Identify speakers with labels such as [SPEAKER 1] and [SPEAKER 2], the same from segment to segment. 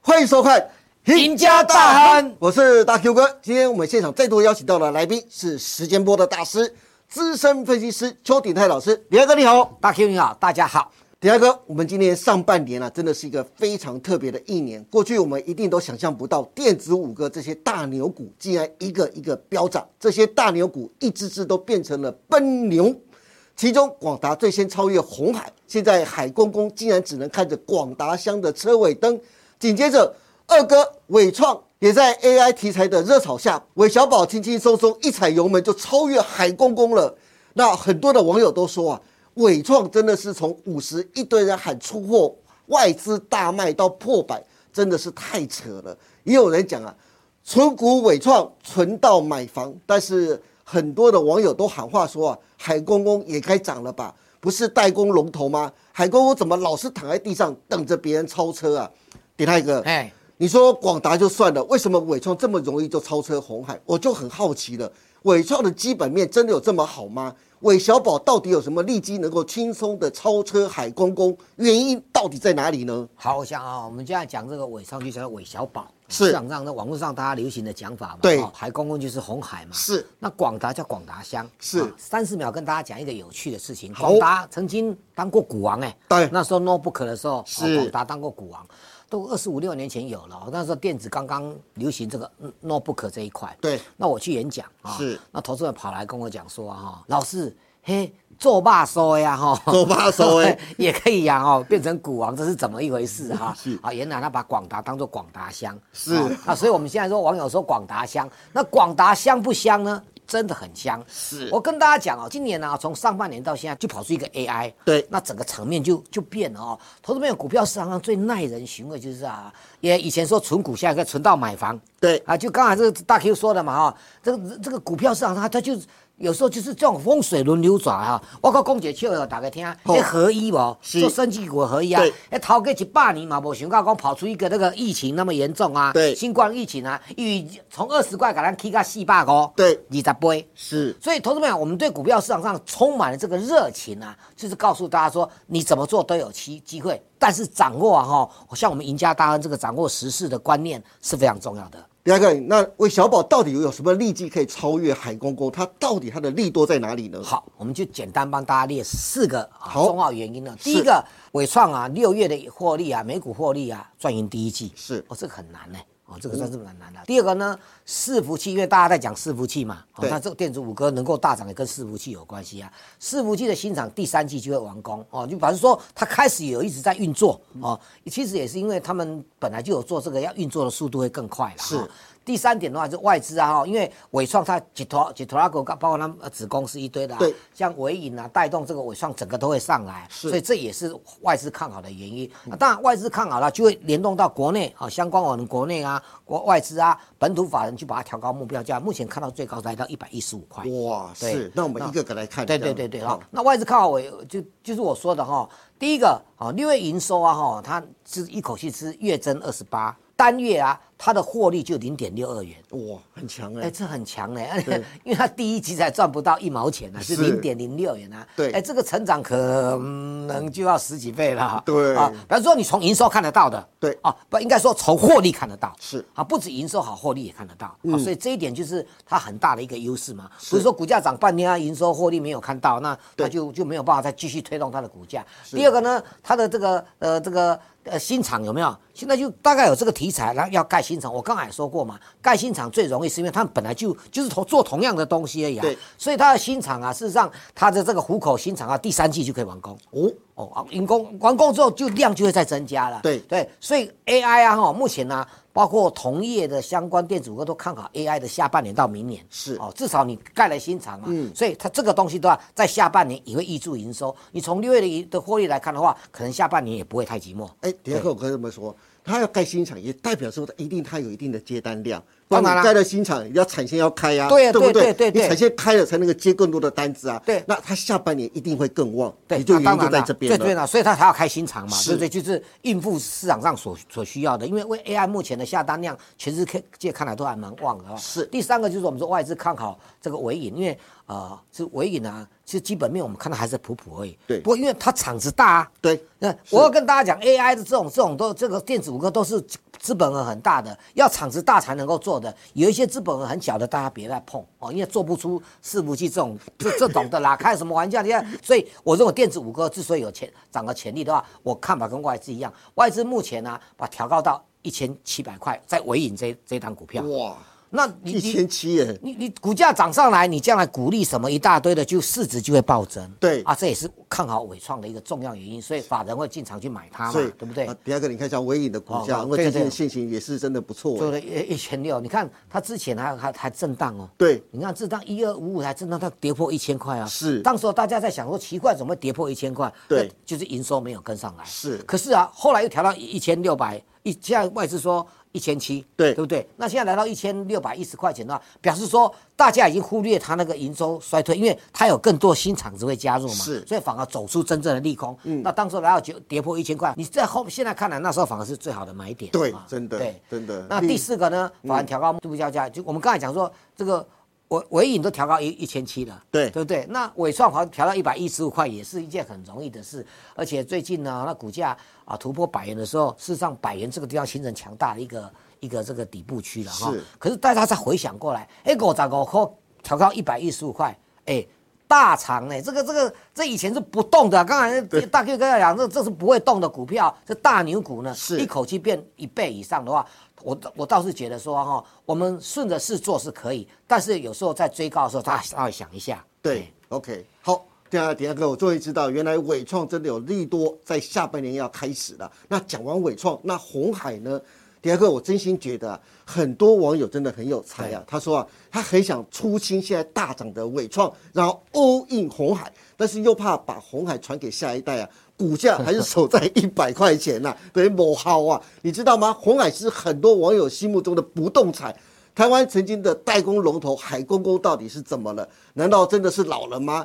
[SPEAKER 1] 欢迎收看《
[SPEAKER 2] 赢家大亨
[SPEAKER 1] 我是大 Q 哥。今天我们现场再度邀请到的来宾是时间波的大师、资深分析师邱鼎泰老师。鼎泰哥你好，
[SPEAKER 2] 大 Q 你好，大家好。
[SPEAKER 1] 鼎泰哥，我们今年上半年啊，真的是一个非常特别的一年。过去我们一定都想象不到，电子五哥这些大牛股竟然一个一个飙涨，这些大牛股一只只都变成了奔牛。其中广达最先超越红海，现在海公公竟然只能看着广达乡的车尾灯。紧接着，二哥伟创也在 AI 题材的热炒下，韦小宝轻轻松松一踩油门就超越海公公了。那很多的网友都说啊，伟创真的是从五十一堆人喊出货，外资大卖到破百，真的是太扯了。也有人讲啊，存股伟创存到买房，但是很多的网友都喊话说啊，海公公也该涨了吧？不是代工龙头吗？海公公怎么老是躺在地上等着别人超车啊？点他一个，
[SPEAKER 2] 哎，
[SPEAKER 1] 你说广达就算了，为什么伟创这么容易就超车红海？我就很好奇了，伟创的基本面真的有这么好吗？韦小宝到底有什么利基能够轻松的超车海公公？原因到底在哪里呢？
[SPEAKER 2] 好，我想啊、我们现在讲这个伪上就讲到韦小宝，
[SPEAKER 1] 是
[SPEAKER 2] 市场上的网络上大家流行的讲法嘛，
[SPEAKER 1] 对
[SPEAKER 2] 哦海公公就是红海嘛，
[SPEAKER 1] 是
[SPEAKER 2] 那广达叫广达香，啊
[SPEAKER 1] 是
[SPEAKER 2] 三十、30秒跟大家讲一个有趣的事情。
[SPEAKER 1] 好
[SPEAKER 2] 广达曾经当过股王哎、
[SPEAKER 1] 对
[SPEAKER 2] 那时候 notebook 的时候，
[SPEAKER 1] 是
[SPEAKER 2] 哦广达当过股王，都二十五六年前有了、哦，那时候电子刚刚流行这个嗯 notebook 这一块。
[SPEAKER 1] 对
[SPEAKER 2] 那我去演讲啊、
[SPEAKER 1] 是
[SPEAKER 2] 那投资人跑来跟我讲说哈、老师嘿做霸收呀哈，
[SPEAKER 1] 做肉酥的
[SPEAKER 2] 啊哦 也可以呀、哦，变成股王这是怎么一回事哈、啊？
[SPEAKER 1] 是
[SPEAKER 2] 啊，原来他把广达当做广达香
[SPEAKER 1] 是
[SPEAKER 2] 啊啊，所以我们现在说网友说广达香，那广达香不香呢？真的很香。
[SPEAKER 1] 是
[SPEAKER 2] 我跟大家讲哦，今年呢、从上半年到现在就跑出一个 AI，
[SPEAKER 1] 对
[SPEAKER 2] 那整个层面就就变了哦。投资朋友，股票市场上最耐人寻味就是啊，也以前说存股，现在可以存到买房，
[SPEAKER 1] 对
[SPEAKER 2] 啊，就刚才这个大 Q 说的嘛哈、哦这个这个股票市场它它就有时候就是这种风水轮流转啊。我讲讲一个笑话，大家听，啊
[SPEAKER 1] 好
[SPEAKER 2] 那合一无
[SPEAKER 1] 是
[SPEAKER 2] 做生技股的合一啊
[SPEAKER 1] 对，
[SPEAKER 2] 那头过一百年嘛，无想到讲跑出一个那个疫情那么严重啊，
[SPEAKER 1] 对
[SPEAKER 2] 新冠疫情啊，与从二十块给咱起到四百五，
[SPEAKER 1] 对
[SPEAKER 2] 二十倍。
[SPEAKER 1] 是
[SPEAKER 2] 所以，投资朋友，我们对股票市场上充满了这个热情啊，就是告诉大家说，你怎么做都有机机会，但是掌握啊哈，像我们赢家大亨这个掌握时事的观念是非常重要的。
[SPEAKER 1] 第二个，那韦小宝到底有什么利基可以超越海公公？他到底他的利多在哪里呢？
[SPEAKER 2] 好，我们就简单帮大家列四个啊
[SPEAKER 1] 好
[SPEAKER 2] 重要原因呢。
[SPEAKER 1] 是
[SPEAKER 2] 第一个，伟创啊，六月的获利啊，每股获利啊，赚赢第一季
[SPEAKER 1] 是嗯
[SPEAKER 2] 哦，这个很难呢、哦，这个算是蛮难的。第二个呢，伺服器，因为大家在讲伺服器嘛，哦
[SPEAKER 1] 对，
[SPEAKER 2] 那这个电子五哥能够大涨，也跟伺服器有关系啊。伺服器的新厂第三季就会完工哦，就表示说它开始有一直在运作
[SPEAKER 1] 嗯
[SPEAKER 2] 哦。其实也是因为他们本来就有做这个，要运作的速度会更快了。
[SPEAKER 1] 是
[SPEAKER 2] 哦第三点的话，就外资啊，哈因为伟创它几头几头那个，包括他们呃子公司一堆的、啊，
[SPEAKER 1] 对，
[SPEAKER 2] 像伟影啊，带动这个伟创整个都会上来，
[SPEAKER 1] 是嗯
[SPEAKER 2] 所以这也是外资看好的原因。啊、当然，外资看好了，就会联动到国内啊，相关我们国内啊、国外资啊、本土法人去把它调高目标价，目前看到最高来到一百一十五块。
[SPEAKER 1] 哇，
[SPEAKER 2] 对
[SPEAKER 1] 是。那我们一个个来看。
[SPEAKER 2] 对
[SPEAKER 1] 这
[SPEAKER 2] 对
[SPEAKER 1] 样
[SPEAKER 2] 对对
[SPEAKER 1] 好
[SPEAKER 2] 哈，那外资看好我就就是我说的哈，第一个啊，六月营收啊哈，它是一口气是月增二十八，单月啊它的获利就零点六二元。
[SPEAKER 1] 哇，很强
[SPEAKER 2] 哎、
[SPEAKER 1] 哎，
[SPEAKER 2] 这很强哎、 因为它第一季才赚不到一毛钱呢、啊，是
[SPEAKER 1] 是
[SPEAKER 2] 零点零六元啊。
[SPEAKER 1] 对
[SPEAKER 2] 哎、这个成长可能就要十几倍了。
[SPEAKER 1] 对
[SPEAKER 2] 啊，比方说你从营收看得到的，
[SPEAKER 1] 对
[SPEAKER 2] 啊，不应该说从获利看得到，
[SPEAKER 1] 是
[SPEAKER 2] 啊，不止营收好，获利也看得到、
[SPEAKER 1] 嗯
[SPEAKER 2] 啊，所以这一点就是它很大的一个优势嘛。不是说股价涨半天啊，营收获利没有看到，那
[SPEAKER 1] 对
[SPEAKER 2] 它就就没有办法再继续推动它的股价。第二个呢，它的这个呃这个呃新厂有没有？现在就大概有这个题材，然后要盖新厂。我刚才也说过嘛，盖新厂最容易是因为他们本来就就是同做同样的东西而已啊
[SPEAKER 1] 对。
[SPEAKER 2] 所以它的新厂啊，事实上它的这个虎口新厂啊，第三季就可以完工。
[SPEAKER 1] 哦，
[SPEAKER 2] 哦，啊完工完工之后就量就会再增加了。
[SPEAKER 1] 对
[SPEAKER 2] 对，所以 AI 啊哈，目前呢、包括同业的相关电子股都看好 AI 的下半年到明年。
[SPEAKER 1] 是嗯
[SPEAKER 2] 哦，至少你盖了新厂嘛，所以它这个东西的话，在下半年也会挹注营收。你从六月的的获利来看的话，可能下半年也不会太寂寞。
[SPEAKER 1] 哎，第二个我跟你们说，他要盖新厂，也代表说他一定他有一定的接单量。
[SPEAKER 2] 当然啦
[SPEAKER 1] 帮你盖了新厂，要产线要开呀、啊，
[SPEAKER 2] 对啊
[SPEAKER 1] 不
[SPEAKER 2] 对对对
[SPEAKER 1] 你
[SPEAKER 2] 对
[SPEAKER 1] 产线开了才能够接更多的单子啊。
[SPEAKER 2] 对
[SPEAKER 1] 那他下半年一定会更旺，
[SPEAKER 2] 对，
[SPEAKER 1] 你就
[SPEAKER 2] 那
[SPEAKER 1] 原
[SPEAKER 2] 当
[SPEAKER 1] 因就
[SPEAKER 2] 然
[SPEAKER 1] 在
[SPEAKER 2] 了，
[SPEAKER 1] 这边
[SPEAKER 2] 对对
[SPEAKER 1] 了。
[SPEAKER 2] 了，所以它才要开新厂嘛，
[SPEAKER 1] 是
[SPEAKER 2] 对不对？就是应付市场上所所需要的，因为为 AI 目前的下单量，全世界看来都还蛮旺的哦。
[SPEAKER 1] 是
[SPEAKER 2] 第三个就是我们说外资看好这个尾影，因为呃，是尾影啊，其实基本面我们看到还是普普而已。
[SPEAKER 1] 对
[SPEAKER 2] 不过因为它厂子大啊。
[SPEAKER 1] 对
[SPEAKER 2] 那我要跟大家讲，AI 的这种这种都这个电子五哥都是资本额很大的，要厂子大才能够做的。有一些资本额很小的，大家别再碰哦，因为做不出伺服器这种这这种 的啦，开什么玩笑？你看，所以我认为电子五哥之所以有潜涨的潜力的话，我看法跟外资一样，外资目前呢、啊把调高到一千七百块，在尾影这这档股票。
[SPEAKER 1] 哇，
[SPEAKER 2] 那
[SPEAKER 1] 嗯
[SPEAKER 2] 你
[SPEAKER 1] 一
[SPEAKER 2] 你
[SPEAKER 1] 千七耶，
[SPEAKER 2] 你你股价涨上来，你将来鼓励什么一大堆的，就市值就会暴增。
[SPEAKER 1] 对
[SPEAKER 2] 啊，这也是看好伟创的一个重要原因，所以法人会进场去买它嘛，
[SPEAKER 1] 所以
[SPEAKER 2] 对不对？
[SPEAKER 1] 啊，比亚哥，你看一下微影的股价，
[SPEAKER 2] 哦
[SPEAKER 1] 因
[SPEAKER 2] 对
[SPEAKER 1] 为最
[SPEAKER 2] 对
[SPEAKER 1] 近现行也是真的不错啊
[SPEAKER 2] 做
[SPEAKER 1] 耶。
[SPEAKER 2] 了一一千六，你看它之前还还还震荡哦。
[SPEAKER 1] 对
[SPEAKER 2] 你看震荡一二五五还震荡到跌破一千块啊。
[SPEAKER 1] 是
[SPEAKER 2] 当时候大家在想说奇怪，怎么会跌破一千块？
[SPEAKER 1] 对
[SPEAKER 2] 那就是营收没有跟上来。
[SPEAKER 1] 是
[SPEAKER 2] 可是啊，后来又调到一千六百一，现在外资说一千七，
[SPEAKER 1] 对
[SPEAKER 2] 对不对？那现在来到一千六百一十块钱的话，表示说大家已经忽略它那个营收衰退，因为它有更多新厂子会加入嘛，
[SPEAKER 1] 是
[SPEAKER 2] 所以反而走出真正的利空。嗯，那当时候来到九跌破一千块，你在后现在看来，那时候反而是最好的买点。
[SPEAKER 1] 对
[SPEAKER 2] 啊
[SPEAKER 1] 真的
[SPEAKER 2] 对，
[SPEAKER 1] 真的
[SPEAKER 2] 那
[SPEAKER 1] 另
[SPEAKER 2] 第四个呢，
[SPEAKER 1] 嗯
[SPEAKER 2] 法人调高度标价，就我们刚才讲说，这个伟伟影都调高一一千七了，
[SPEAKER 1] 对
[SPEAKER 2] 对不对？那伟创好像调到一百一十五块，也是一件很容易的事。而且最近呢，那股价啊突破百元的时候，事实上百元这个地方形成强大的一个一个这个底部区了哈
[SPEAKER 1] 是。
[SPEAKER 2] 可是大家再回想过来，哎，五十五块调高一百一十五块，哎。大厂呢、这个这个这以前是不动的啊、刚才那大 Q 跟他讲，这这是不会动的股票，这大牛股呢，
[SPEAKER 1] 是
[SPEAKER 2] 一口气变一倍以上的话，我倒我倒是觉得说哈、我们顺着势做是可以，但是有时候在追高的时候，大家稍微想一下。哎
[SPEAKER 1] 对，OK，好。第二，迪亚哥，我终于知道，原来伟创真的有利多，在下半年要开始了。那讲完伟创，那红海呢？迪亚哥，我真心觉得、啊、很多网友真的很有才啊。他说啊，他很想出清现在大涨的伟创，然后 all in 红海，但是又怕把红海传给下一代啊，股价还是守在一百块钱呐、 等于某号啊，你知道吗？红海是很多网友心目中的不动产。台湾曾经的代工龙头海公公到底是怎么了？难道真的是老了吗？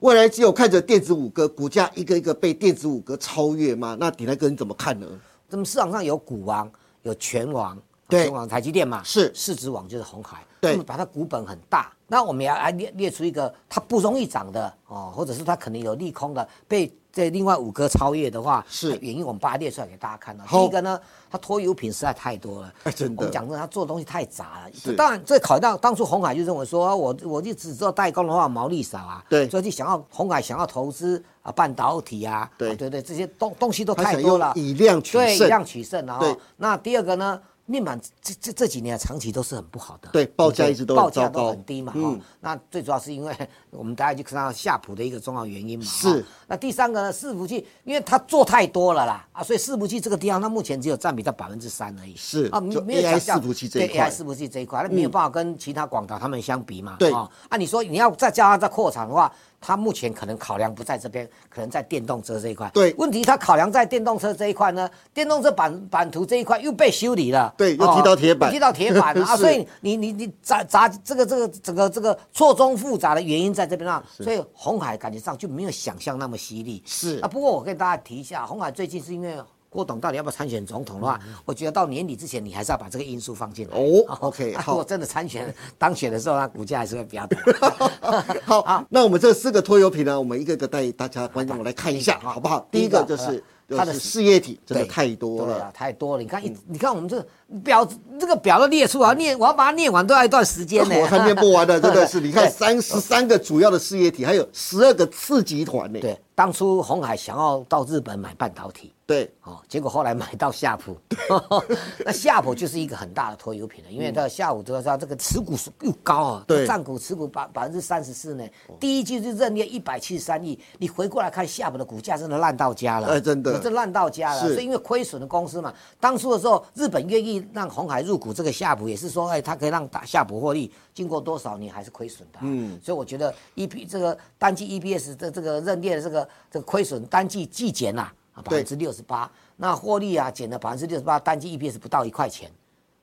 [SPEAKER 1] 未来只有看着电子五哥股价一个一个被电子五哥超越吗？那底来哥你怎么看 呢？
[SPEAKER 2] 那么市场上有股王，有拳王，啊
[SPEAKER 1] 对
[SPEAKER 2] 拳王台积电嘛，
[SPEAKER 1] 是
[SPEAKER 2] 市值王就是红海，
[SPEAKER 1] 对
[SPEAKER 2] 那么把它股本很大，那我们也要来列列出一个它不容易涨的哦，或者是它可能有利空的，被这另外五个超越的话，
[SPEAKER 1] 是
[SPEAKER 2] 原因我们把它列出来给大家看了。
[SPEAKER 1] 好
[SPEAKER 2] 第一个呢，它拖油品实在太多了，
[SPEAKER 1] 哎真的
[SPEAKER 2] 我们讲真的，它做的东西太杂
[SPEAKER 1] 是
[SPEAKER 2] 了。当然，这考虑到当初红海就认为说，哦我我就只做代工的话，毛利少啊，
[SPEAKER 1] 对
[SPEAKER 2] 所以就想要红海想要投资啊半导体啊，
[SPEAKER 1] 对
[SPEAKER 2] 啊对对，这些东东西都
[SPEAKER 1] 他
[SPEAKER 2] 太
[SPEAKER 1] 想
[SPEAKER 2] 多
[SPEAKER 1] 用
[SPEAKER 2] 了，
[SPEAKER 1] 以量取
[SPEAKER 2] 对，以
[SPEAKER 1] 胜，
[SPEAKER 2] 量取胜啊、
[SPEAKER 1] 对
[SPEAKER 2] 哦。那第二个呢，面板这这这几年长期都是很不好的，
[SPEAKER 1] 对报价
[SPEAKER 2] 不
[SPEAKER 1] 一直都很
[SPEAKER 2] 报价
[SPEAKER 1] 糟糕嗯
[SPEAKER 2] 都很低嘛，哦。那最主要是因为我们大家就看到夏普的一个重要原因嘛，
[SPEAKER 1] 是
[SPEAKER 2] 哦那第三个呢，伺服器，因为它做太多了啦，啊，所以伺服器这个地方，它目前只有占比到百分之三而已，
[SPEAKER 1] 是
[SPEAKER 2] 啊，没
[SPEAKER 1] 就
[SPEAKER 2] 没有
[SPEAKER 1] AI
[SPEAKER 2] 想象
[SPEAKER 1] 伺服器这一
[SPEAKER 2] 对
[SPEAKER 1] 块嗯
[SPEAKER 2] AI 伺服器这一块，那没有办法跟其他广达他们相比嘛，
[SPEAKER 1] 对
[SPEAKER 2] 哦啊，你说你要再叫它再扩产的话，它目前可能考量不在这边，可能在电动车这一块，
[SPEAKER 1] 对
[SPEAKER 2] 问题它考量在电动车这一块呢，电动车版版图这一块又被修理了，哦
[SPEAKER 1] 对又踢到铁板
[SPEAKER 2] 又踢到铁 板了啊，
[SPEAKER 1] 是
[SPEAKER 2] 所以你你你杂杂这个这个整个这个错综复杂的原因在这边啊，所以红海感觉上就没有想象那么犀利。
[SPEAKER 1] 是
[SPEAKER 2] 啊，不过我跟大家提一下，红海最近是因为。郭董到底要不要参选总统的话，我觉得到年底之前，你还是要把这个因素放进来。
[SPEAKER 1] 嗯哦 OK，
[SPEAKER 2] 啊
[SPEAKER 1] 好
[SPEAKER 2] 如果真的 参选当选的时候，那股价还是会比较低。
[SPEAKER 1] 好，那我们这四个拖油瓶呢，我们一个个带大家观众来看一下，好不好？第一个就是
[SPEAKER 2] 第一个呃
[SPEAKER 1] 就
[SPEAKER 2] 它
[SPEAKER 1] 是
[SPEAKER 2] 的
[SPEAKER 1] 事业体，真的
[SPEAKER 2] 对
[SPEAKER 1] 太多
[SPEAKER 2] 对
[SPEAKER 1] 了嗯
[SPEAKER 2] 啊，。太多了。你看一，你看我们这个表，这个表都列出来，念我要把它念完都要一段时间呢。
[SPEAKER 1] 我还念不完 的，真的是。你看，
[SPEAKER 2] 对
[SPEAKER 1] 三十三个主要的事业体，还有十二个次集团呢。
[SPEAKER 2] 对，当初红海想要到日本买半导体，
[SPEAKER 1] 对，
[SPEAKER 2] 哦，结果后来买到夏普，那夏普就是一个很大的拖油瓶了，因为到夏普都知道这个持股数又高
[SPEAKER 1] 嗯
[SPEAKER 2] 啊，
[SPEAKER 1] 对哦
[SPEAKER 2] 占股持股百百分之三十四呢，第一季就认列一百七十三亿，你回过来看夏普的股价真的烂到家了，
[SPEAKER 1] 哎真的
[SPEAKER 2] 这烂到家了，
[SPEAKER 1] 是
[SPEAKER 2] 所以因为亏损的公司嘛，当初的时候日本愿意让红海入股这个夏普，也是说，哎，它可以让打夏普获利，经过多少年还是亏损的、嗯，所以我觉得 E P 这个单季 E B S 的这个认列的这个这个亏损单季季减呐、啊，百
[SPEAKER 1] 对
[SPEAKER 2] 分之六十八，那获利啊减了百分之六十八，单季 EPS 不到一块钱，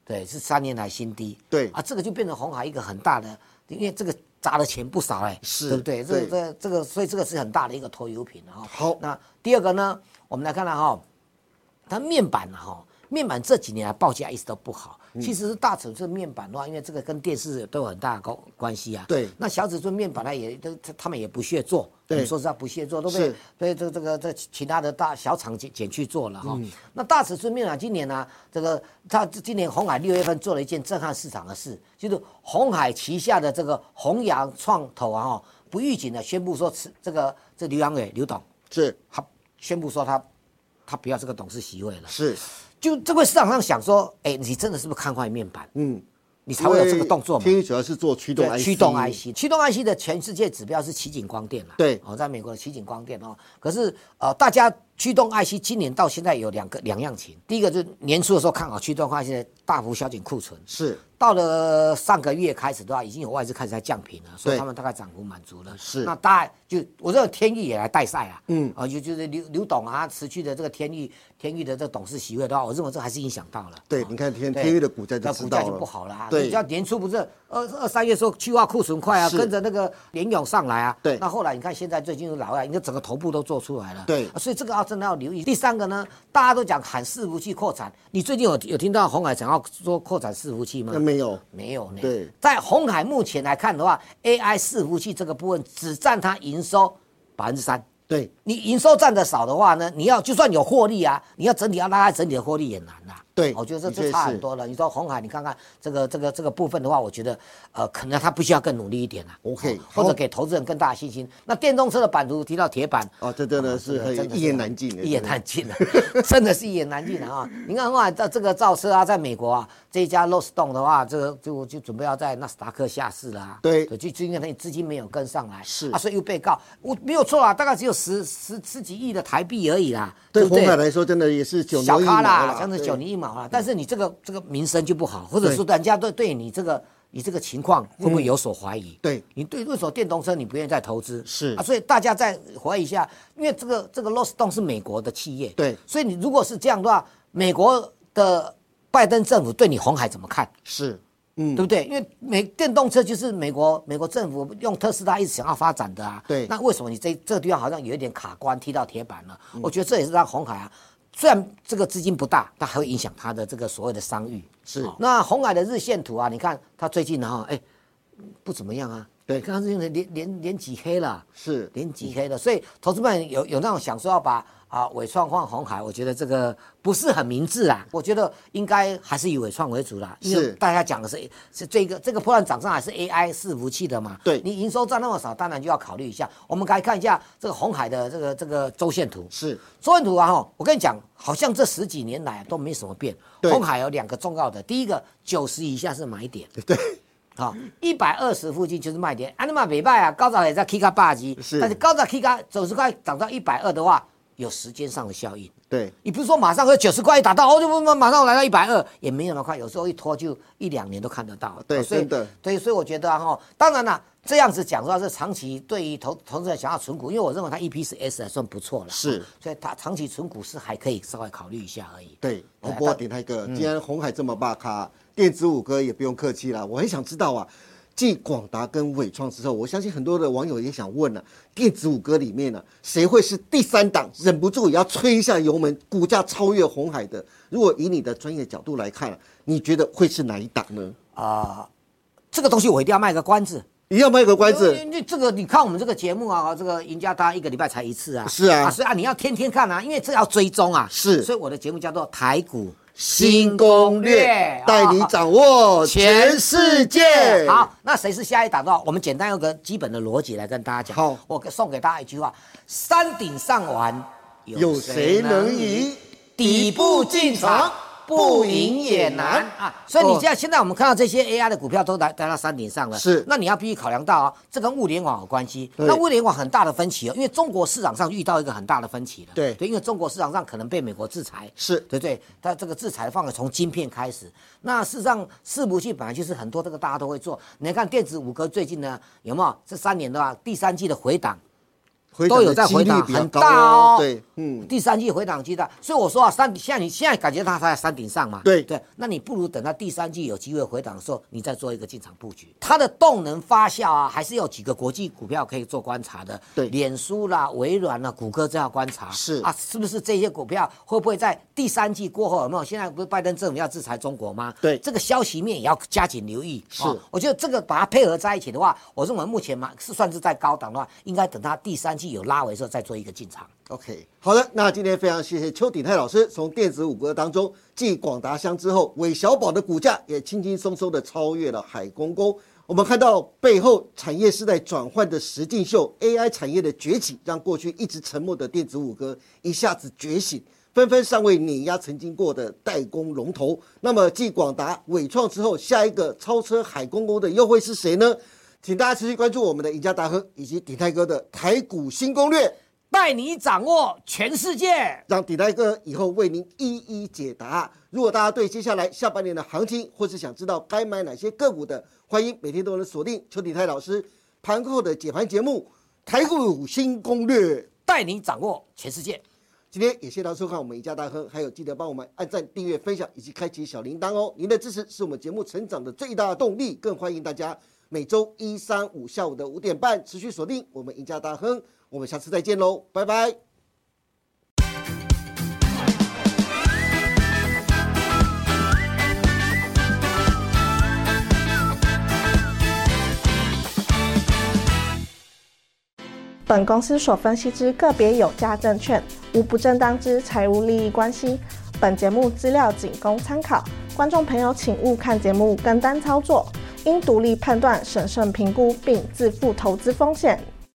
[SPEAKER 2] 对，是三年来新低。
[SPEAKER 1] 对
[SPEAKER 2] 啊，这个就变成红海一个很大的，因为这个砸的钱不少哎、
[SPEAKER 1] 是
[SPEAKER 2] 对不对？这个
[SPEAKER 1] 对
[SPEAKER 2] 这个这个，所以这个是很大的一个拖油瓶啊、哦。
[SPEAKER 1] 好
[SPEAKER 2] 那第二个呢，我们来看了哈、它面板啊哈，面板这几年来报价一直都不好，
[SPEAKER 1] 嗯
[SPEAKER 2] 其实是大尺寸面板的话，因为这个跟电视都有很大的关关系啊。
[SPEAKER 1] 对
[SPEAKER 2] 那小尺寸面板呢，也都他他们也不屑做，
[SPEAKER 1] 对
[SPEAKER 2] 我们说实话不屑做，都被
[SPEAKER 1] 是
[SPEAKER 2] 被这个这个这其他的大小厂减减去做了哈。
[SPEAKER 1] 嗯
[SPEAKER 2] 那大尺寸面板今年呢、这个他今年红海六月份做了一件震撼市场的事，就是红海旗下的这个弘扬创投啊哈，不预警的宣布说此，这个这刘阳伟刘董
[SPEAKER 1] 是
[SPEAKER 2] 他宣布说他他不要这个董事席位了。
[SPEAKER 1] 是，
[SPEAKER 2] 就这个市场上想说，哎，你真的是不是看坏面板？
[SPEAKER 1] 嗯，
[SPEAKER 2] 你才会有这个动作嘛？
[SPEAKER 1] 天宇主要是做驱动
[SPEAKER 2] 对
[SPEAKER 1] IC，
[SPEAKER 2] 驱动 IC，驱动 IC 的全世界指标是奇景光电啦。
[SPEAKER 1] 对
[SPEAKER 2] 哦，在美国的奇景光电哦。可是呃，大家驱动 IC 今年到现在有两个两样情，第一个就是年初的时候看好驱动 IC 的大幅削减库存，
[SPEAKER 1] 是
[SPEAKER 2] 到了上个月开始的话，已经有外资开始在降频了，所以
[SPEAKER 1] 对
[SPEAKER 2] 他们大概涨幅满足了。
[SPEAKER 1] 是
[SPEAKER 2] 那大家就我认为天域也来带赛啊，嗯，啊、就就是刘刘董啊，辞去的这个天域天域的这个董事席位的话，我认为这还是影响到了。
[SPEAKER 1] 对
[SPEAKER 2] 哦
[SPEAKER 1] 你看天
[SPEAKER 2] 对
[SPEAKER 1] 天域的股价就
[SPEAKER 2] 那
[SPEAKER 1] 知
[SPEAKER 2] 股价
[SPEAKER 1] 道
[SPEAKER 2] 就
[SPEAKER 1] 了
[SPEAKER 2] 不好了、啊。
[SPEAKER 1] 对
[SPEAKER 2] 你知道年初不是二二三月时候去化库存快啊，
[SPEAKER 1] 是
[SPEAKER 2] 跟着那个联勇上来啊。
[SPEAKER 1] 对
[SPEAKER 2] 那后来你看现在最近又老外，你看整个头部都做出来了。啊
[SPEAKER 1] 对
[SPEAKER 2] 所以这个要真的要留意。第三个呢，大家都讲喊伺服器扩产，你最近有有听到红海想要说扩展伺服器吗？
[SPEAKER 1] 那呃没有，
[SPEAKER 2] 没有呢。
[SPEAKER 1] 对，
[SPEAKER 2] 在红海目前来看的话，AI 伺服器这个部分只占它营收百分之三。
[SPEAKER 1] 对
[SPEAKER 2] 你营收占的少的话呢，你要就算有获利啊，你要整体要拉开整体的获利也难呐、
[SPEAKER 1] 对
[SPEAKER 2] 我觉得这
[SPEAKER 1] 的确
[SPEAKER 2] 这差
[SPEAKER 1] 是
[SPEAKER 2] 很多了。你说红海，你看看这个这个这个部分的话，我觉得呃，可能他必须要更努力一点啊。
[SPEAKER 1] OK，
[SPEAKER 2] 哦或
[SPEAKER 1] 好
[SPEAKER 2] 者给投资人更大的信心。那电动车的版图提到铁板，
[SPEAKER 1] 啊，这真的是
[SPEAKER 2] 这个
[SPEAKER 1] 很
[SPEAKER 2] 真的
[SPEAKER 1] 一言难尽的，
[SPEAKER 2] 一言难尽的， 真的是一言难尽的啊！你看后来这这个造车啊，在美国啊，这一家 r o s t o n 的话，这个就就准备要在纳斯达克下市了、啊，
[SPEAKER 1] 对
[SPEAKER 2] 就就因为那资金没有跟上来，
[SPEAKER 1] 是
[SPEAKER 2] 啊，所以又被告，我没有错啊，大概只有十十十几亿的台币而已啦，
[SPEAKER 1] 对
[SPEAKER 2] 不
[SPEAKER 1] 红海来说真的也是九
[SPEAKER 2] 小
[SPEAKER 1] 牛一毛
[SPEAKER 2] 咖啦，这样
[SPEAKER 1] 真的
[SPEAKER 2] 子九牛一毛啦。但是你这个这个名声就不好，或者说人家对对你这个你这个情况会不会有所怀疑？
[SPEAKER 1] 对
[SPEAKER 2] 你对为什么电动车你不愿意再投资？
[SPEAKER 1] 是
[SPEAKER 2] 啊，所以大家再怀疑一下，因为这个这个 l o s t o n 是美国的企业，
[SPEAKER 1] 对
[SPEAKER 2] 所以你如果是这样的话，美国的拜登政府对你红海怎么看？
[SPEAKER 1] 是嗯
[SPEAKER 2] 对不对？因为美电动车就是美国美国政府用特斯拉一直想要发展的啊。
[SPEAKER 1] 对
[SPEAKER 2] 那为什么你这这个地方好像有一点卡关，踢到铁板了？
[SPEAKER 1] 嗯
[SPEAKER 2] 我觉得这也是让红海啊，虽然这个资金不大，但还会影响它的这个所谓的商誉。
[SPEAKER 1] 是
[SPEAKER 2] 哦那红海的日线图啊，你看它最近呢、哈，哎，不怎么样啊。
[SPEAKER 1] 对
[SPEAKER 2] 你看它最近连连连几黑了。啊
[SPEAKER 1] 是
[SPEAKER 2] 连几黑了，所以投资们有有那种想说要把啊伟创换红海，我觉得这个不是很明智啊。我觉得应该还是以伟创为主啦，因
[SPEAKER 1] 是
[SPEAKER 2] 为大家讲的是是这个这个波段涨上来是 AI 伺服器的嘛，
[SPEAKER 1] 对
[SPEAKER 2] 你营收占那么少，当然就要考虑一下。我们来看一下这个红海的这个这个周线图，
[SPEAKER 1] 是
[SPEAKER 2] 周线图啊哈，我跟你讲，好像这十几年来都没什么变。
[SPEAKER 1] 对
[SPEAKER 2] 红海有两个重要的，第一个九十以下是买点，对，好
[SPEAKER 1] 嗯
[SPEAKER 2] 一百二十附近就是卖点。安尼嘛北拜啊，高早也在 K 卡霸级，
[SPEAKER 1] 是
[SPEAKER 2] 但是高早 K 卡九十块涨到一百二的话，有时间上的效应。
[SPEAKER 1] 对
[SPEAKER 2] 你不是说马上会九十块一打到，哦，就不不马上来到一百二，也没有那么快，有时候一拖就一两年都看得到。
[SPEAKER 1] 对
[SPEAKER 2] 哦所以
[SPEAKER 1] 真的
[SPEAKER 2] 对，所以我觉得哈、吼当然啦，这样子讲的话是长期对于投投资人想要存股，因为我认为它 E EPS 还算不错了，
[SPEAKER 1] 是
[SPEAKER 2] 哦所以它长期存股是还可以稍微考虑一下而已。
[SPEAKER 1] 对，
[SPEAKER 2] 哎
[SPEAKER 1] 洪波点他一个，既然红海这么大咖，电子五哥也不用客气啦。我很想知道啊，继广达跟伟创之后，我相信很多的网友也想问了、电子五哥里面呢、谁会是第三档？忍不住也要吹一下油门，股价超越红海的。如果以你的专业角度来看、啊你觉得会是哪一档呢？
[SPEAKER 2] 啊这个东西我一定要卖个关子。
[SPEAKER 1] 你要卖个关子，
[SPEAKER 2] 因为这个你看我们这个节目啊，这个赢家大一个礼拜才一次啊，
[SPEAKER 1] 是啊
[SPEAKER 2] 所以啊你要天天看啊，因为这要追踪啊，
[SPEAKER 1] 是
[SPEAKER 2] 所以我的节目叫做台股
[SPEAKER 1] 新攻略
[SPEAKER 2] 啊
[SPEAKER 1] 带你掌
[SPEAKER 2] 哦
[SPEAKER 1] 握全世界。
[SPEAKER 2] 哎好，那谁是下一档的话？我们简单用个基本的逻辑来跟大家讲。
[SPEAKER 1] 好
[SPEAKER 2] 我给送给大家一句话：山顶上玩，
[SPEAKER 1] 有谁能赢？
[SPEAKER 2] 底部进场。不赢也难啊，所以你
[SPEAKER 1] 哦
[SPEAKER 2] 现在现在我们看到这些 AI 的股票都来来到山顶上了，
[SPEAKER 1] 是
[SPEAKER 2] 那你要必须考量到啊，这跟物联网有关系。
[SPEAKER 1] 对
[SPEAKER 2] 那物联网很大的分歧哦，因为中国市场上遇到一个很大的分歧了。
[SPEAKER 1] 对
[SPEAKER 2] 对，因为中国市场上可能被美国制裁，
[SPEAKER 1] 是
[SPEAKER 2] 对对，它这个制裁的范围从晶片开始。那事实上，伺服器本来就是很多这个大家都会做。你看电子五哥最近呢，有没有这三年的话，第三季的回档
[SPEAKER 1] 回档
[SPEAKER 2] 都
[SPEAKER 1] 的
[SPEAKER 2] 有在
[SPEAKER 1] 几
[SPEAKER 2] 回
[SPEAKER 1] 率
[SPEAKER 2] 档，
[SPEAKER 1] 比较
[SPEAKER 2] 很
[SPEAKER 1] 高
[SPEAKER 2] 大
[SPEAKER 1] 哦
[SPEAKER 2] 哦。
[SPEAKER 1] 对嗯
[SPEAKER 2] 第三季回档期的，所以我说啊，山像你现在感觉它它在山顶上嘛，
[SPEAKER 1] 对
[SPEAKER 2] 对，那你不如等到第三季有机会回档的时候，你再做一个进场布局。它的动能发酵啊，还是有几个国际股票可以做观察的，
[SPEAKER 1] 对
[SPEAKER 2] 脸书啦、微软啦、谷歌这要观察，
[SPEAKER 1] 是
[SPEAKER 2] 啊，是不是这些股票会不会在第三季过后有没有？现在不是拜登政府要制裁中国吗？
[SPEAKER 1] 对
[SPEAKER 2] 这个消息面也要加紧留意。
[SPEAKER 1] 是
[SPEAKER 2] 哦我觉得这个把它配合在一起的话，我认为目前嘛是算是在高档的话，应该等它第三季有拉回的时候再做一个进场。
[SPEAKER 1] OK，好的，那今天非常谢谢邱鼎泰老师，从电子五哥当中继广达香之后，韦小宝的股价也轻轻松松的超越了海公公。我们看到背后产业时代转换的实境秀，AI 产业的崛起，让过去一直沉默的电子五哥一下子觉醒，纷纷上位碾压曾经过的代工龙头。那么继广达、伟创之后，下一个超车海公公的又会是谁呢？请大家持续关注我们的赢家大亨以及鼎泰哥的台股新攻略。
[SPEAKER 2] 带你掌握全世界。
[SPEAKER 1] 让底泰哥以后为您一一解答。如果大家对接下来下半年的行情，或是想知道该买哪些个股的，欢迎每天都能锁定邱底泰老师盘后的解盘节目《台股新攻略》。
[SPEAKER 2] 带你掌握全世界。
[SPEAKER 1] 今天也谢谢大家收看我们赢家大亨，还有记得帮我们按赞、订阅、分享以及开启小铃铛哦。您的支持是我们节目成长的最大动力，更欢迎大家每周一、三、五下午的五点半持续锁定我们赢家大亨。我们下次再见喽，拜拜。
[SPEAKER 3] 本公司所分析之个别有价证券，无不正当之财务利益关系。本节目资料仅供参考，观众朋友请勿看节目跟单操作，应独立判断、审慎评估并自负投资风险。